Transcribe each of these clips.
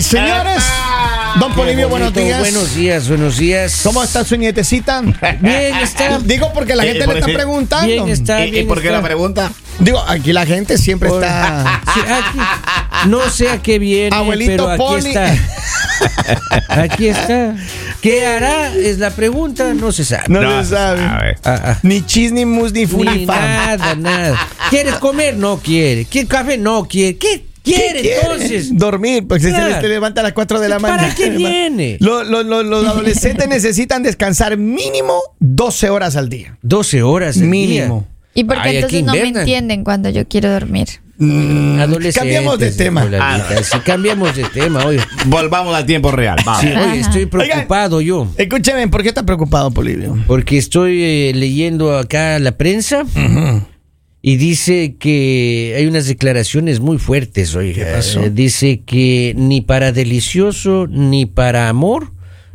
Señores, Ah, don Qué Polivio, buenos bonito. días. Buenos días, buenos días. ¿Cómo está su nietecita? Ah, Bien está. Digo porque la Eh, gente por le está decir- preguntando. Bien está. ¿Y, y bien por qué está. la pregunta? Digo, aquí la gente siempre Por- está. Sí, ah, aquí- no sé a qué viene, Abuelito pero aquí Poli. está. Aquí está. ¿Qué hará? Es la pregunta, no se sabe. No, No, le sabe. a ver. Ah, ah. Ni chis, ni mus, ni fu, Ni ni fa. nada, nada. ¿Quieres comer? No quiere. ¿Quieres café? No quiere. ¿Qué quiere entonces? Dormir, porque se- se, Claro. te levanta a las 4 de la ¿Para mañana. qué viene? Lo- lo- lo- los adolescentes necesitan descansar mínimo 12 horas al día. 12 horas al Mínimo. día. ¿Y por qué Ay, aquí entonces no me invernan. entienden cuando yo quiero dormir? Mm. Adolescentes, Cambiamos de tema. Nicolalita, sí, cambiamos de tema. Oye, Volvamos al tiempo real. vamos. Sí, oye, estoy preocupado yo. Escúcheme, ¿por qué está preocupado, Polivio? Porque estoy eh, leyendo acá la prensa y dice que hay unas declaraciones muy fuertes, oiga. Eh, Dice que ni para delicioso ni para amor.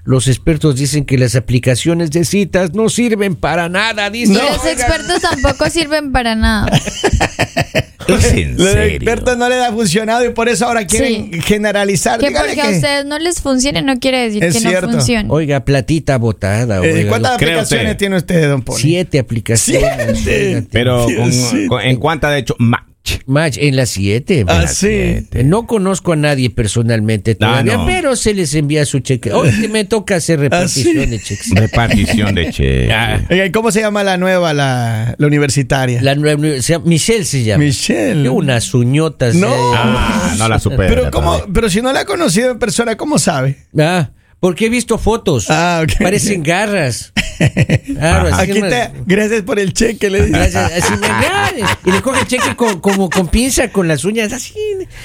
Los expertos dicen que las aplicaciones de citas no sirven para nada, dice. No. Los expertos tampoco sirven para nada. Es en Los serio. expertos no les ha funcionado y por eso ahora quieren Sí. generalizar. Que Dígale porque a ustedes no les funcione no quiere decir Es que cierto. no funcione. Oiga, platita botada. Eh, oiga. ¿Cuántas Creo aplicaciones usted. tiene usted, don Poli? Siete aplicaciones. Siete. fíjate. Pero con- Diosito. con- en cuánta ha hecho match. Match en las siete. Ah, match. sí. Eh, No conozco a nadie Ah, personalmente todavía, no. pero se les envía su cheque. Hoy que me toca hacer Ah, repartición de cheques. Repartición de cheques. Oiga, ¿y ¿Cómo se llama la nueva, la, la universitaria? La nueva universidad, Michelle se llama. Michelle. Qué Unas uñotas. No. Ah, no la supera. Pero cómo, todavía. pero si no la ha conocido en persona, ¿cómo sabe? Ah, porque he visto fotos. Ah, ok. Parecen garras. Claro, así Aquí unas- está, gracias por el cheque, le dice. Gracias, así me- gracias. Y le coge el cheque con, como con pinza, con las uñas así.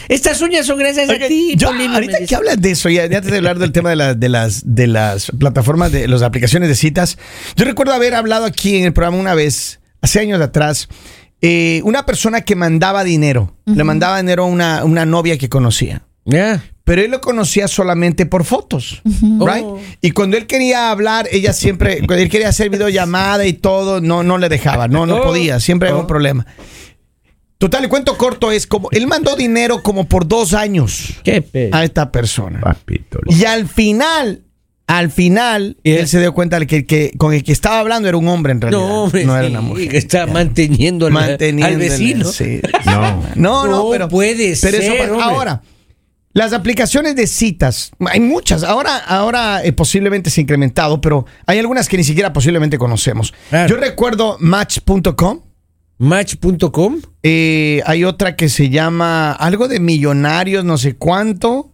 Estas uñas son gracias Oiga, a ti. yo, Paulino, ahorita me dice. que hablas de eso, ya, ya antes de hablar del tema de, las de, las, de las plataformas, de las aplicaciones de citas, yo recuerdo haber hablado aquí en el programa una vez, hace años atrás, eh, una persona que mandaba dinero, le mandaba dinero a una, una novia que conocía. Ah, Pero él lo conocía solamente por fotos, right? Oh. Y cuando él quería hablar, ella siempre, cuando él quería hacer videollamada y todo, no, no le dejaba, no, no Oh. podía, siempre había un Oh. problema. Total, el cuento corto es como, él mandó dinero como por dos años qué pe- a esta persona. Papito. Y al final, al final, Y él él- se dio cuenta de que, el que con el que estaba hablando era un hombre en realidad. No, No, hombre, era sí, una mujer. Está manteniendo al, al Manteniéndole, vecino. sí. No. No, no, No pero puede pero eso ser, pasa. hombre. ahora. Las aplicaciones de citas, hay muchas, ahora, ahora eh, posiblemente se ha incrementado, pero hay algunas que ni siquiera posiblemente conocemos. Claro. Yo recuerdo match.com, Match.com. eh, hay otra que se llama algo de millonarios, no sé cuánto.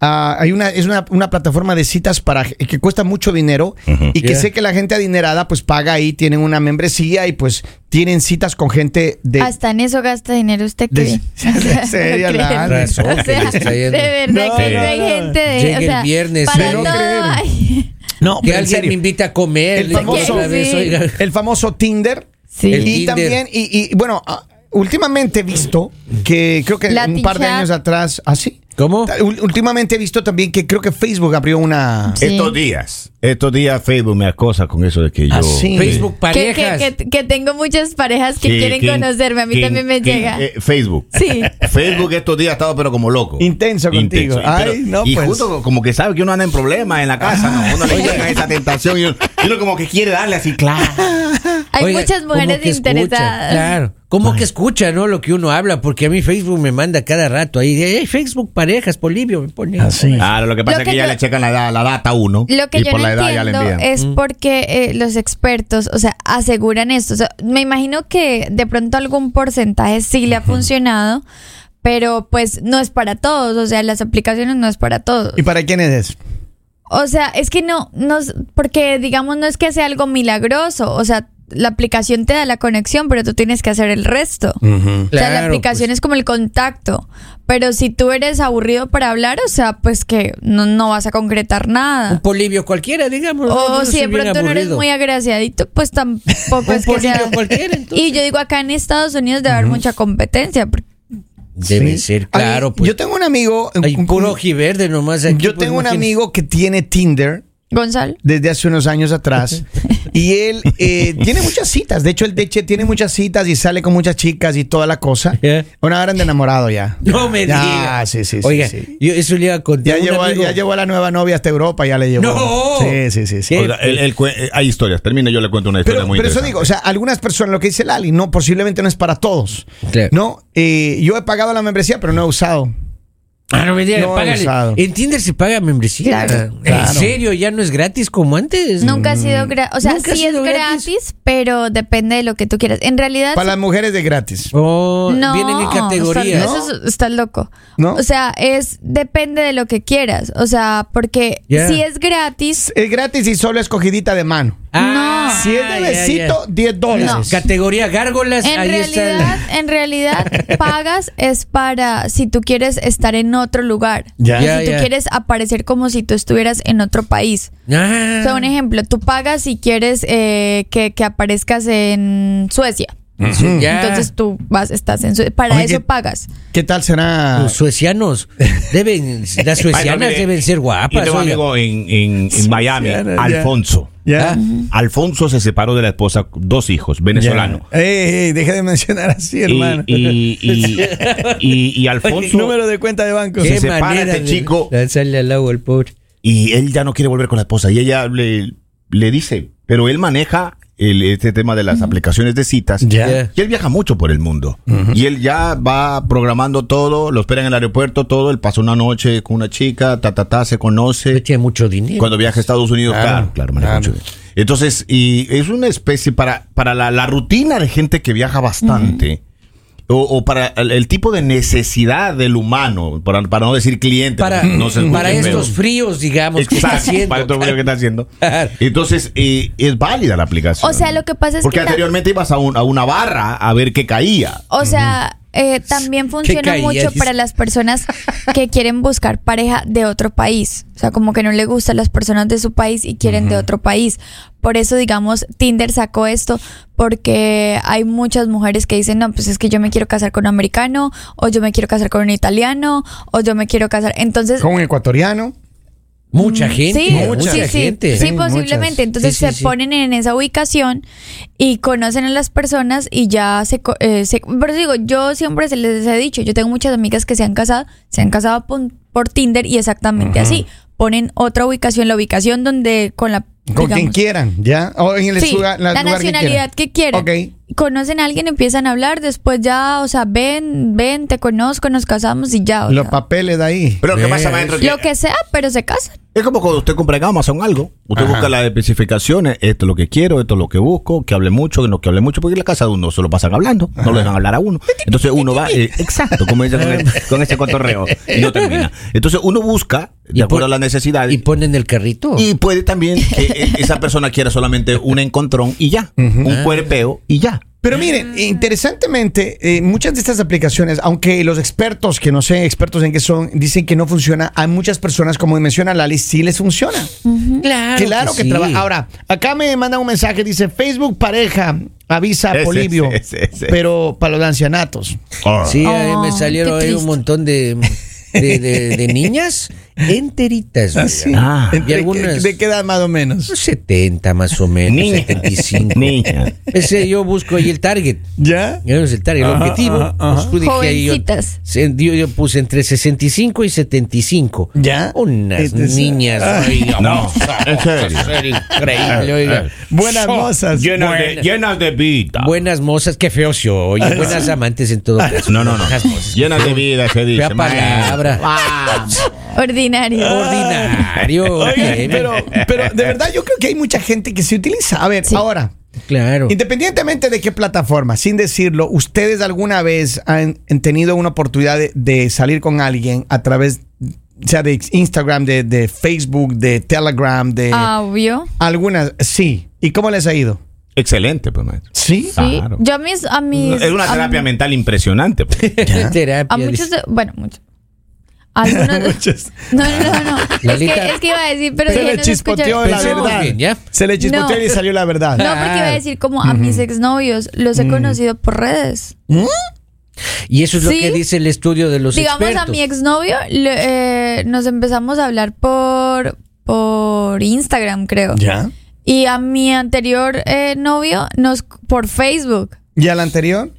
Ah, hay una, es una, una plataforma de citas para eh, que cuesta mucho dinero y que Yeah. sé que la gente adinerada pues paga ahí, tienen una membresía y pues tienen citas con gente de, Hasta en eso gasta dinero usted que de- bien. en serio, No la creo. Ale. Razón O que le sea, está de yendo. No, verdad que no, hay no. gente de, Llega o el sea, viernes, para ¿eh? No todo creer. hay. No, Que pero en alguien serio. me invita a comer. El le digo famoso- otra vez, Sí. oiga. el famoso Tinder. Sí. El y Tinder. también, y, y, bueno, ah, últimamente he visto que creo que Latin un par de Chat. años atrás, así. ¿Cómo? Últimamente he visto también que creo que Facebook abrió una... Sí. Estos días, estos días Facebook me acosa con eso de que yo. Ah, sí. Facebook Que, que- parejas. que- que tengo muchas parejas que Sí, quieren ¿quién- conocerme, a mí quién- también me quién- llega. eh, Facebook. Sí. Facebook estos días ha estado pero como loco. Intenso contigo. Y pero- Ay, no, y pues. justo como que sabe que uno anda en problemas en la casa, ¿no? Uno le llega esa tentación y uno, y uno como que quiere darle así, claro. hay Oiga, muchas ¿cómo mujeres que escucha? interesadas. Claro. ¿Cómo que escucha, no? Lo que uno habla, porque a mí Facebook me manda cada rato ahí. "Hey, Facebook parejas, Polivio me pone. Ah, Claro, lo que pasa Lo es que que ya yo- le checan la, edad- la data a uno. Lo que y yo por no la edad ya le entiendo envían. es porque eh, los expertos, o sea, aseguran esto. O sea, me imagino que de pronto algún porcentaje sí le ha funcionado, pero pues no es para todos. O sea, las aplicaciones no es para todos. ¿Y para quién es? O sea, es que no, no, s- porque digamos no es que sea algo milagroso. O sea, la aplicación te da la conexión, pero tú tienes que hacer el resto. O sea, Claro, la pues. aplicación es como el contacto. Pero si tú eres aburrido para hablar, o sea, pues que no, no vas a concretar Un nada. Polivio cualquiera, digamos. O No, no si soy Oh, de bien pronto no eres aburrido. muy agraciadito, pues tampoco Un es que sea. Polivio cualquiera, entonces. Y yo digo, acá en Estados Unidos debe haber mucha competencia. porque- Debe ser, claro. pues. Yo tengo un amigo... Hay un- puro ojiverde nomás aquí, yo pues, tengo un imagínese. amigo que tiene Tinder Gonzalo. desde hace unos años atrás Y él eh, tiene muchas citas. De hecho, el Deche tiene muchas citas y sale con muchas chicas y toda la cosa. Ya. Una hora de enamorado ya. No me Ya, digas. Ah, sí, sí, sí, Oiga, sí. yo eso le iba a contar. Ya a un llevó, amigo. ya llevó a la nueva novia hasta Europa, ya le llevó. ¡No! Sí, sí, sí. sí. ¿Qué? Oiga, él- él cue- eh, hay historias. Termina, yo le cuento una historia Pero, muy pero eso interesante. digo, o sea, algunas personas, lo que dice Lali, no, posiblemente no es para todos. Claro. No, Eh, yo he pagado la membresía, pero no he usado. Ah, no me digas, No, págale. usado. En Tinder se paga membresía. Claro. Claro. En serio, ya no es gratis como antes. Nunca ha sido gratis. O sea, Mm. Nunca ha sí es sido gratis. gratis, pero depende de lo que tú quieras. En realidad, Para las mujeres de gratis. Oh, no. vienen en categorías. estás- eso es- estás loco. ¿No? O sea, es depende de lo que quieras. O sea, porque Ya. si es gratis, Es gratis y solo escogidita de mano. Ah, Si es de ya, besito, 10 ya. dólares. Categoría gárgolas, en ahí está. realidad, la- en realidad pagas es para si tú quieres estar en otro lugar. Ya. O Ya, si tú ya. quieres aparecer como si tú estuvieras en otro país. Ah. O sea, un ejemplo, tú pagas si quieres eh, que, que aparezcas en Suecia. Ujú. Ya. Entonces tú vas, estás en Suecia. Para Oye, eso que- pagas. ¿Qué tal será? Ah. Los suecianos deben, las suecianas Bueno, mire, deben ser Yo guapas. tengo un oiga. amigo en, en- en Miami, ya, ya. Alfonso. Ya. Alfonso se separó de la esposa, dos hijos, venezolano. Ya. Ey, ey, deja de mencionar así, Y, hermano. y- y- y- y Alfonso. Número de cuenta de banco. se separa este chico. lanzarle al agua al pobre. Y él ya no quiere volver con la esposa. Y ella le, le dice, pero él maneja el- este tema de las aplicaciones de citas. Ya. Ya. Y él viaja mucho por el mundo. Y él ya va programando todo, lo espera en el aeropuerto, todo. Él pasa una noche con una chica, ta, ta, ta, se conoce. Pero tiene mucho dinero. Cuando viaja a Estados Unidos, Claro, claro, claro, maneja claro. mucho dinero. Entonces, y es una especie para, para la, la rutina de gente que viaja bastante. O, o para el, el tipo de necesidad del humano, para, para no decir cliente, para no se escuche para feo. estos fríos, digamos, que está Exacto, haciendo. para todo el mundo que está haciendo. Claro. Entonces, eh, es válida la aplicación. O sea, lo que pasa es Porque que ta- anteriormente ibas a, un- a una barra a ver qué caía. O sea, eh, también funciona caía, mucho dice. para las personas que quieren buscar pareja de otro país. O sea, como que no le gustan las personas de su país y quieren de otro país. Por eso, digamos, Tinder sacó esto porque hay muchas mujeres que dicen, no, pues es que yo me quiero casar con un americano, o yo me quiero casar con un italiano, o yo me quiero casar. Entonces, Con un ecuatoriano. Mucha gente. Sí, mucha sí, sí, gente. sí, Sí, muchas. posiblemente. Entonces Sí, sí, se sí. ponen en esa ubicación y conocen a las personas y ya se... co- eh, se- por eso digo, yo siempre se les he dicho, yo tengo muchas amigas que se han casado, se han casado pon- por, Tinder y exactamente así. Ponen otra ubicación, la ubicación donde con la... Con quien digamos, quieran, ¿ya? O en el Sí, lugar- la, lugar nacionalidad que quieran. Ok. Conocen a alguien, empiezan a hablar, después ya, o sea, ven, ven, te conozco, nos casamos y ya. o Los sea, papeles de ahí. Pero ¿qué Eh, pasa, maestro? lo que sea, pero se casan. Es como cuando usted compra en Amazon algo. Usted Ajá. busca las especificaciones. Esto es lo que quiero, esto es lo que busco. Que hable mucho, que no que hable mucho. Porque en la casa de uno se lo pasan hablando. No lo dejan hablar a uno. Entonces uno va. eh, exacto, como dice con, el- con ese cotorreo. Y no termina. Entonces uno busca, de Y acuerdo pon- a las necesidades. Y ponen el carrito. Y puede también que eh, esa persona quiera solamente un encontrón y ya. Un cuerpeo y ya. Pero miren, interesantemente, eh, muchas de estas aplicaciones, aunque los expertos, que no sé expertos en qué son, dicen que no funciona, a muchas personas, como menciona Lali, sí les funciona. claro, Claro que, sí. trabaja. Ahora, acá me manda un mensaje, dice Facebook pareja, avisa a Ese, Polivio, ese, ese, ese. pero para los ancianatos. Ah. Sí, ahí me Oh, salieron qué ahí un triste. montón de, de, de- de niñas enteritas. oiga. Ah. Y algunas. ¿De qué edad más o menos? 70 más o menos, 75. Niña. Ese yo busco ahí el target. ¿Ya? Ya no es el target, el objetivo. Pues tú dije ahí, yo- Jovencitas. se- yo, yo puse entre 65 y 75. ¿Ya? Unas Este es- niñas. oiga, No, en serio. increíble, oiga. Buenas cosas. Llenas de, llenas de vida. Buenas mozas, qué feo se oye. Buenas amantes en todo caso. No, no, no. Buenas mozas. Llena de vida, se dice. Fea palabra. Ah. Ordinario. Ordinario. Oigan, bien. pero, pero de verdad yo creo que hay mucha gente que se utiliza. A ver, ahora, Claro. independientemente de qué plataforma, sin decirlo, ¿ustedes alguna vez han, han tenido una oportunidad de, de salir con alguien a través, sea de Instagram, de, de Facebook, de Telegram, de Ah, Obvio. algunas? Sí. ¿Y cómo les ha ido? Excelente, pues, maestro. Sí. Sí. Claro. Yo a mis, a mis Es una a- terapia mental impresionante. pues. Terapia, A muchos, dice. de- bueno, muchos. Algunos. No, no, no. no. Es, Lolita. que, es que iba a decir, pero Se dije, le no se chispoteó escucha. la Pensemos verdad. Ah. bien, ¿ya? Se le chispoteó No. y salió la verdad. No, porque iba a decir como a mis exnovios, los Mm. he conocido por redes. Y eso es lo Sí. que dice el estudio de los Digamos expertos. a mi exnovio, le- eh, nos empezamos a hablar por por Instagram, creo. ¿Ya? Y a mi anterior eh, novio nos por Facebook. ¿Y al anterior?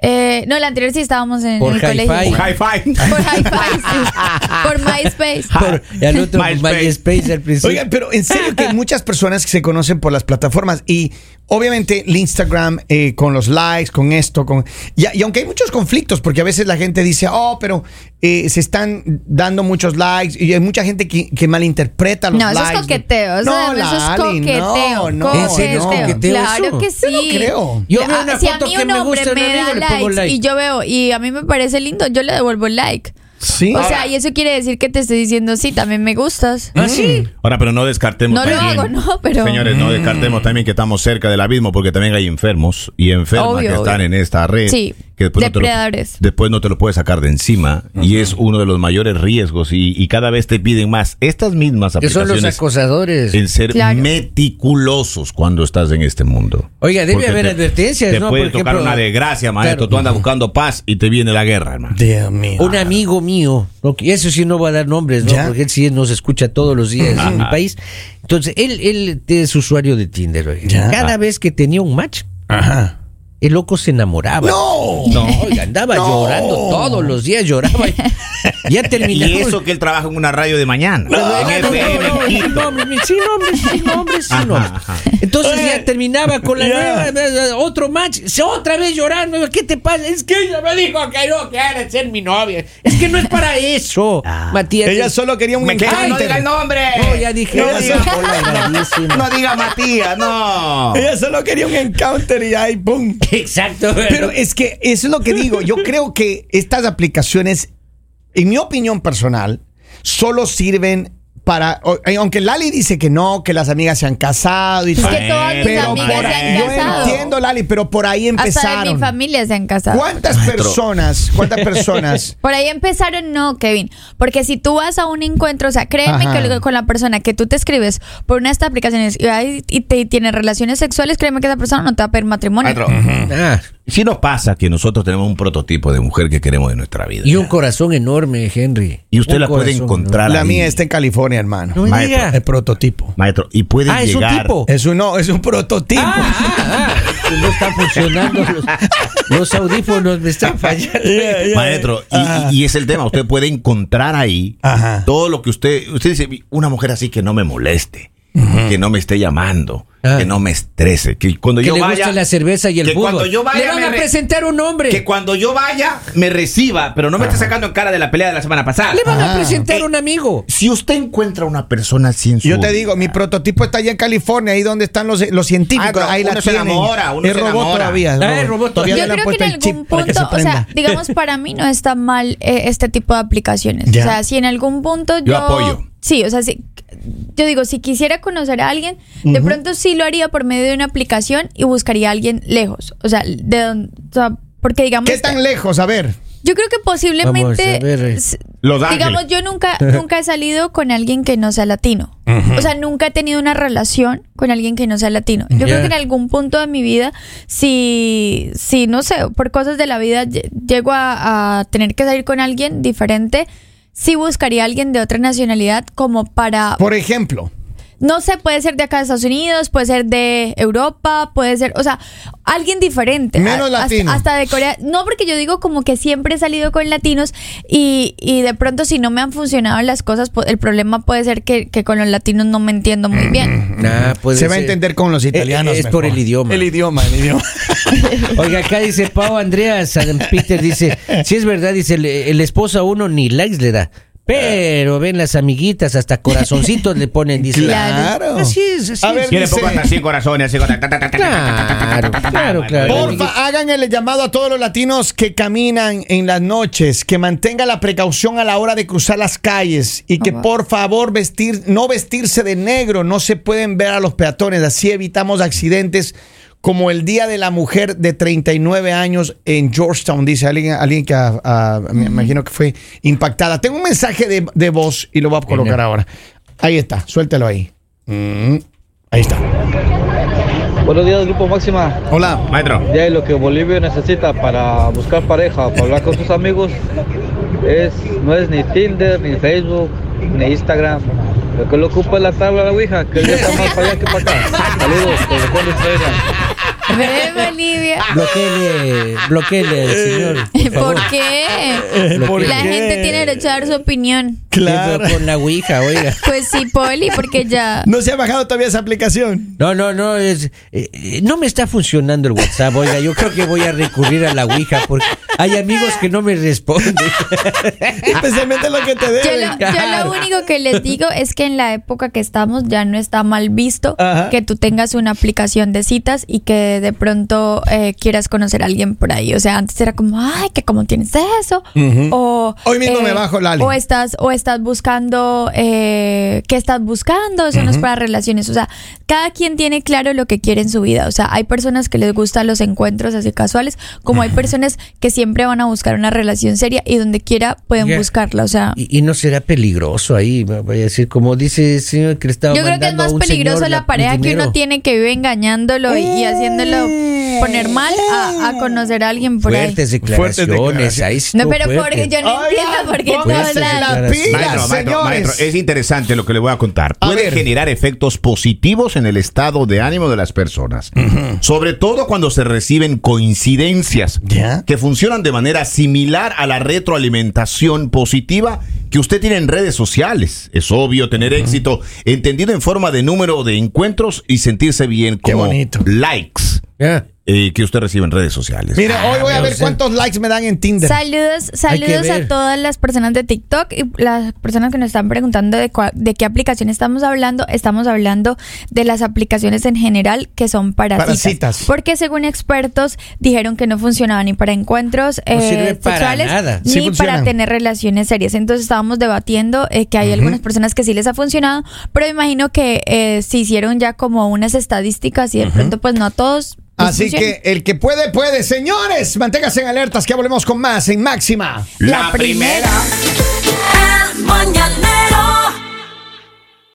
Eh, no, el anterior sí estábamos en Por el hi-fi. colegio. High five. Por hi-fi, sí. Por MySpace. Por- y al otro MySpace. MySpace al principio. Oigan, pero en serio que hay muchas personas que se conocen por las plataformas y obviamente el Instagram eh, con los likes, con esto, con y, y aunque hay muchos conflictos porque a veces la gente dice, oh, pero eh, se están dando muchos likes y hay mucha gente que, que malinterpreta los No, eso likes. es coqueteo. Eso, No, eso es Lali, No, coqueteo. no, ¿En serio es no. coqueteo Claro eso? que sí. Yo no creo. Yo veo una si a foto mí que un me hombre gusta de un me amigo, da le pongo likes like. y yo veo y a mí me parece lindo, yo le devuelvo el like. Sí. Ah. O sea, y eso quiere decir que te estoy diciendo, sí, también me gustas. ¿Ah, sí? Ahora, pero no descartemos. No lo también- hago, no, pero- Señores, no descartemos también que estamos cerca del abismo porque también hay enfermos y enfermas Obvio, que están obvio. en esta red. Sí, Que después no, te lo, depredadores. después no te lo puedes sacar de encima y es uno de los mayores riesgos y, y cada vez te piden más. Estas mismas Que son los aplicaciones acosadores. en ser Claro. meticulosos cuando estás en este mundo. Oiga, debe Porque haber te- advertencias, te ¿no? puede Por tocar ejemplo, una desgracia, maestro. claro. Tú andas buscando paz y te viene la guerra, hermano. Dios mío. Un amigo mío, no, que eso sí no va a dar nombres, ¿no? ¿Ya? Porque él sí nos escucha todos los días en mi país. Entonces, él, él es usuario de Tinder. oiga. Ya. Cada vez que tenía un match, Ajá. el loco se enamoraba. No. No, oiga, andaba No. llorando todos los días, lloraba. Ya terminó. Y eso que él trabaja en una radio de mañana. Ah, No, en no, no, FM no, Quito. sin nombres, sin nombres, sin nombres, sin Ajá, nombres. ajá. Eh, Entonces ya terminaba con la Ya. nueva, eh, otro match, se- otra vez llorando. ¿Qué te pasa? Es que ella me dijo que no quiere ser mi novia. Es que no es para eso, Ah. Matías. Ella solo quería un Me quedo, no encounter. diga el nombre. No, ya dije. No, eso. diga- No diga Matías, no. Ella solo quería un encounter y ahí, ¡pum! Exacto. Pero eh, es que eso es lo que digo. Yo creo que estas aplicaciones, en mi opinión personal, solo sirven para. o- eh, Aunque Lali dice que no, que las amigas se han casado y Es tal. que todas mis Pero amigas por se ahí- han yo casado. entiendo, Lali, pero por ahí Hasta de mi empezaron. familia se han casado. ¿Cuántas personas? ¿Cuántas personas? Por ahí empezaron, no, Kevin. Porque si tú vas a un encuentro, o sea, créeme Ajá. que luego con la persona que tú te escribes por una de estas aplicaciones y, ahí- y te tiene relaciones sexuales, créeme que esa persona no te va a pedir matrimonio. Maestro, Ah, Si nos pasa que nosotros tenemos un prototipo de mujer que queremos de nuestra vida. y un corazón enorme, Henry. Y usted Un la puede corazón encontrar. La ahí, mía está en California, hermano. enorme. No me Maestro, diga. Es prototipo. Maestro, y puede Ah, es un llegar. tipo. Es un, no, es un prototipo. Ah, ah, ah. No están funcionando los, los audífonos, me están fallando. Maestro, y- Ah. Ajá. y, y es el tema. Usted puede encontrar ahí Ajá. todo lo que usted. Usted dice, una mujer así que no me moleste, que no me esté llamando, Ah. que no me estrese, que cuando Que yo le vaya. guste la cerveza y el que fútbol. cuando yo vaya le van me a re- presentar un hombre. que cuando yo vaya, me reciba, pero no me esté sacando en cara de la pelea de la semana pasada. Le van Ah. a presentar un amigo. Si usted encuentra una persona así en su Yo te digo, mi prototipo está allá en California, ahí donde están los, los científicos. Ah, no, ahí la uno se tienen. enamora, uno es se robot enamora. todavía. es Ah, es robot Todavía Yo no le han creo que en puesto el algún chip para que punto, se o sea, prenda. digamos, para mí no está mal eh, este tipo de aplicaciones. Ya. O sea, si en algún punto yo. apoyo. Sí, o sea, si, yo digo, si quisiera conocer a alguien, de pronto sí lo haría por medio de una aplicación y buscaría a alguien lejos. O sea, de don- o sea, porque digamos. ¿Qué tan lejos? A ver. Yo creo que posiblemente. Vamos a ver, eh. s- Los Ángeles. digamos, yo nunca, nunca he salido con alguien que no sea latino. O sea, nunca he tenido una relación con alguien que no sea latino. Yo creo Ya. que en algún punto de mi vida, si, si no sé, por cosas de la vida lle- llego a, a tener que salir con alguien diferente, sí buscaría a alguien de otra nacionalidad como para Por ejemplo. no sé, puede ser de acá de Estados Unidos, puede ser de Europa, puede ser, o sea, alguien diferente. Menos A- hasta- latino. Hasta, de Corea. No, porque yo digo como que siempre he salido con latinos y, y de pronto si no me han funcionado las cosas, po- el problema puede ser que, que con los latinos no me entiendo muy bien. Mm. Nah, puede se va a ser. entender con los Eh, eh, italianos. es por mejor. el idioma. El idioma, el idioma. Oiga, acá dice Pau Andrea San Peter, dice, si es verdad, dice, el, el esposo a uno ni likes le da. Pero ven las amiguitas, hasta corazoncitos le ponen, dice. Ah, Claro. Así es, así A ver, es. Yo le dice- pongo hasta 100 corazones, así con- Claro, claro, claro. Porfa, hagan el llamado a todos los latinos que caminan en las noches, que mantenga la precaución a la hora de cruzar las calles y que Ajá. por favor vestir, no vestirse de negro, no se pueden ver a los peatones, así evitamos accidentes como el Día de la Mujer de 39 años en Georgetown, dice alguien, alguien que ah, ah, me imagino que fue impactada. Tengo un mensaje de, de voz y lo voy a colocar ahora. Ahí está, suéltalo ahí. Mm, ahí está. Buenos días, Grupo Máxima. Hola. Maestro, Ya y lo que Bolivia necesita para buscar pareja, para hablar con sus amigos, es no es ni Tinder, ni Facebook, ni Instagram. Lo que lo ocupa es la tabla de la Ouija, que ya está más para allá que para acá. Saludos, ¿desde cuándo traigan? Ve, Bolivia. Bloquele, bloquele, señor. Por, favor. ¿Por qué? ¿Por La qué? gente tiene derecho a dar su opinión. Claro. Con la ouija, oiga. Pues sí, Poli, porque ya. No se ha bajado todavía esa aplicación. No, no, no, es, eh, eh, no me está funcionando el WhatsApp, oiga, yo creo que voy a recurrir a la Ouija porque hay amigos que no me responden. Especialmente lo que te Yo deben. lo, yo lo único que les digo es que en la época que estamos ya no está mal visto Ajá. que tú tengas una aplicación de citas y que de pronto eh, quieras conocer a alguien por ahí. O sea, antes era como, ay, que cómo tienes eso. O eh, Hoy mismo me bajo, Lali. O estás, o estás buscando, eh, ¿qué estás buscando? Eso no es para relaciones. O sea, cada quien tiene claro lo que quiere en su vida. O sea, hay personas que les gustan los encuentros así casuales, como hay personas que siempre van a buscar una relación seria y donde quiera pueden Ya. buscarla. O sea, Y, y no será peligroso ahí, me voy a decir, como dice el señor que le estaba Yo creo que es mandando a más un peligroso señor la, pareja el que uno dinero. tiene que vive engañándolo y, y haciéndolo ¡Eh! poner mal a, a conocer a alguien por ahí. Fuertes declaraciones, declaraciones. ahí sí No, estuvo pero porque fuerte. yo no Oiga, entiendo por qué póngase todos la la- Claro, sí. pilas, Maestro, maestro, señores. maestro, es interesante lo que le voy a contar. A Puede ver. generar efectos positivos en el estado de ánimo de las personas. Sobre todo cuando se reciben coincidencias Ya. que funcionan de manera similar a la retroalimentación positiva que usted tiene en redes sociales. Es obvio tener éxito, entendido en forma de número de encuentros y sentirse bien Qué como bonito. likes Ya. eh, que usted recibe en redes sociales. Mira, hoy voy a Ah, ver sí. cuántos likes me dan en Tinder. Hay Saludos, que saludos ver. a todas las personas de TikTok y las personas que nos están preguntando de, cua- de qué aplicación estamos hablando. Estamos hablando de las aplicaciones en general que son para, Para citas, citas. Porque según expertos dijeron que no funcionaban ni para encuentros No eh, sirve para sexuales nada. ni Sí para funcionan. tener relaciones serias. Entonces estábamos debatiendo eh, que hay algunas personas que sí les ha funcionado, pero me imagino que eh, se hicieron ya como unas estadísticas y de pronto pues no a todos. les Así funciona. que el que puede, puede. Señores, manténgase en alertas que ya volvemos con más en Máxima. La primera. El mañanero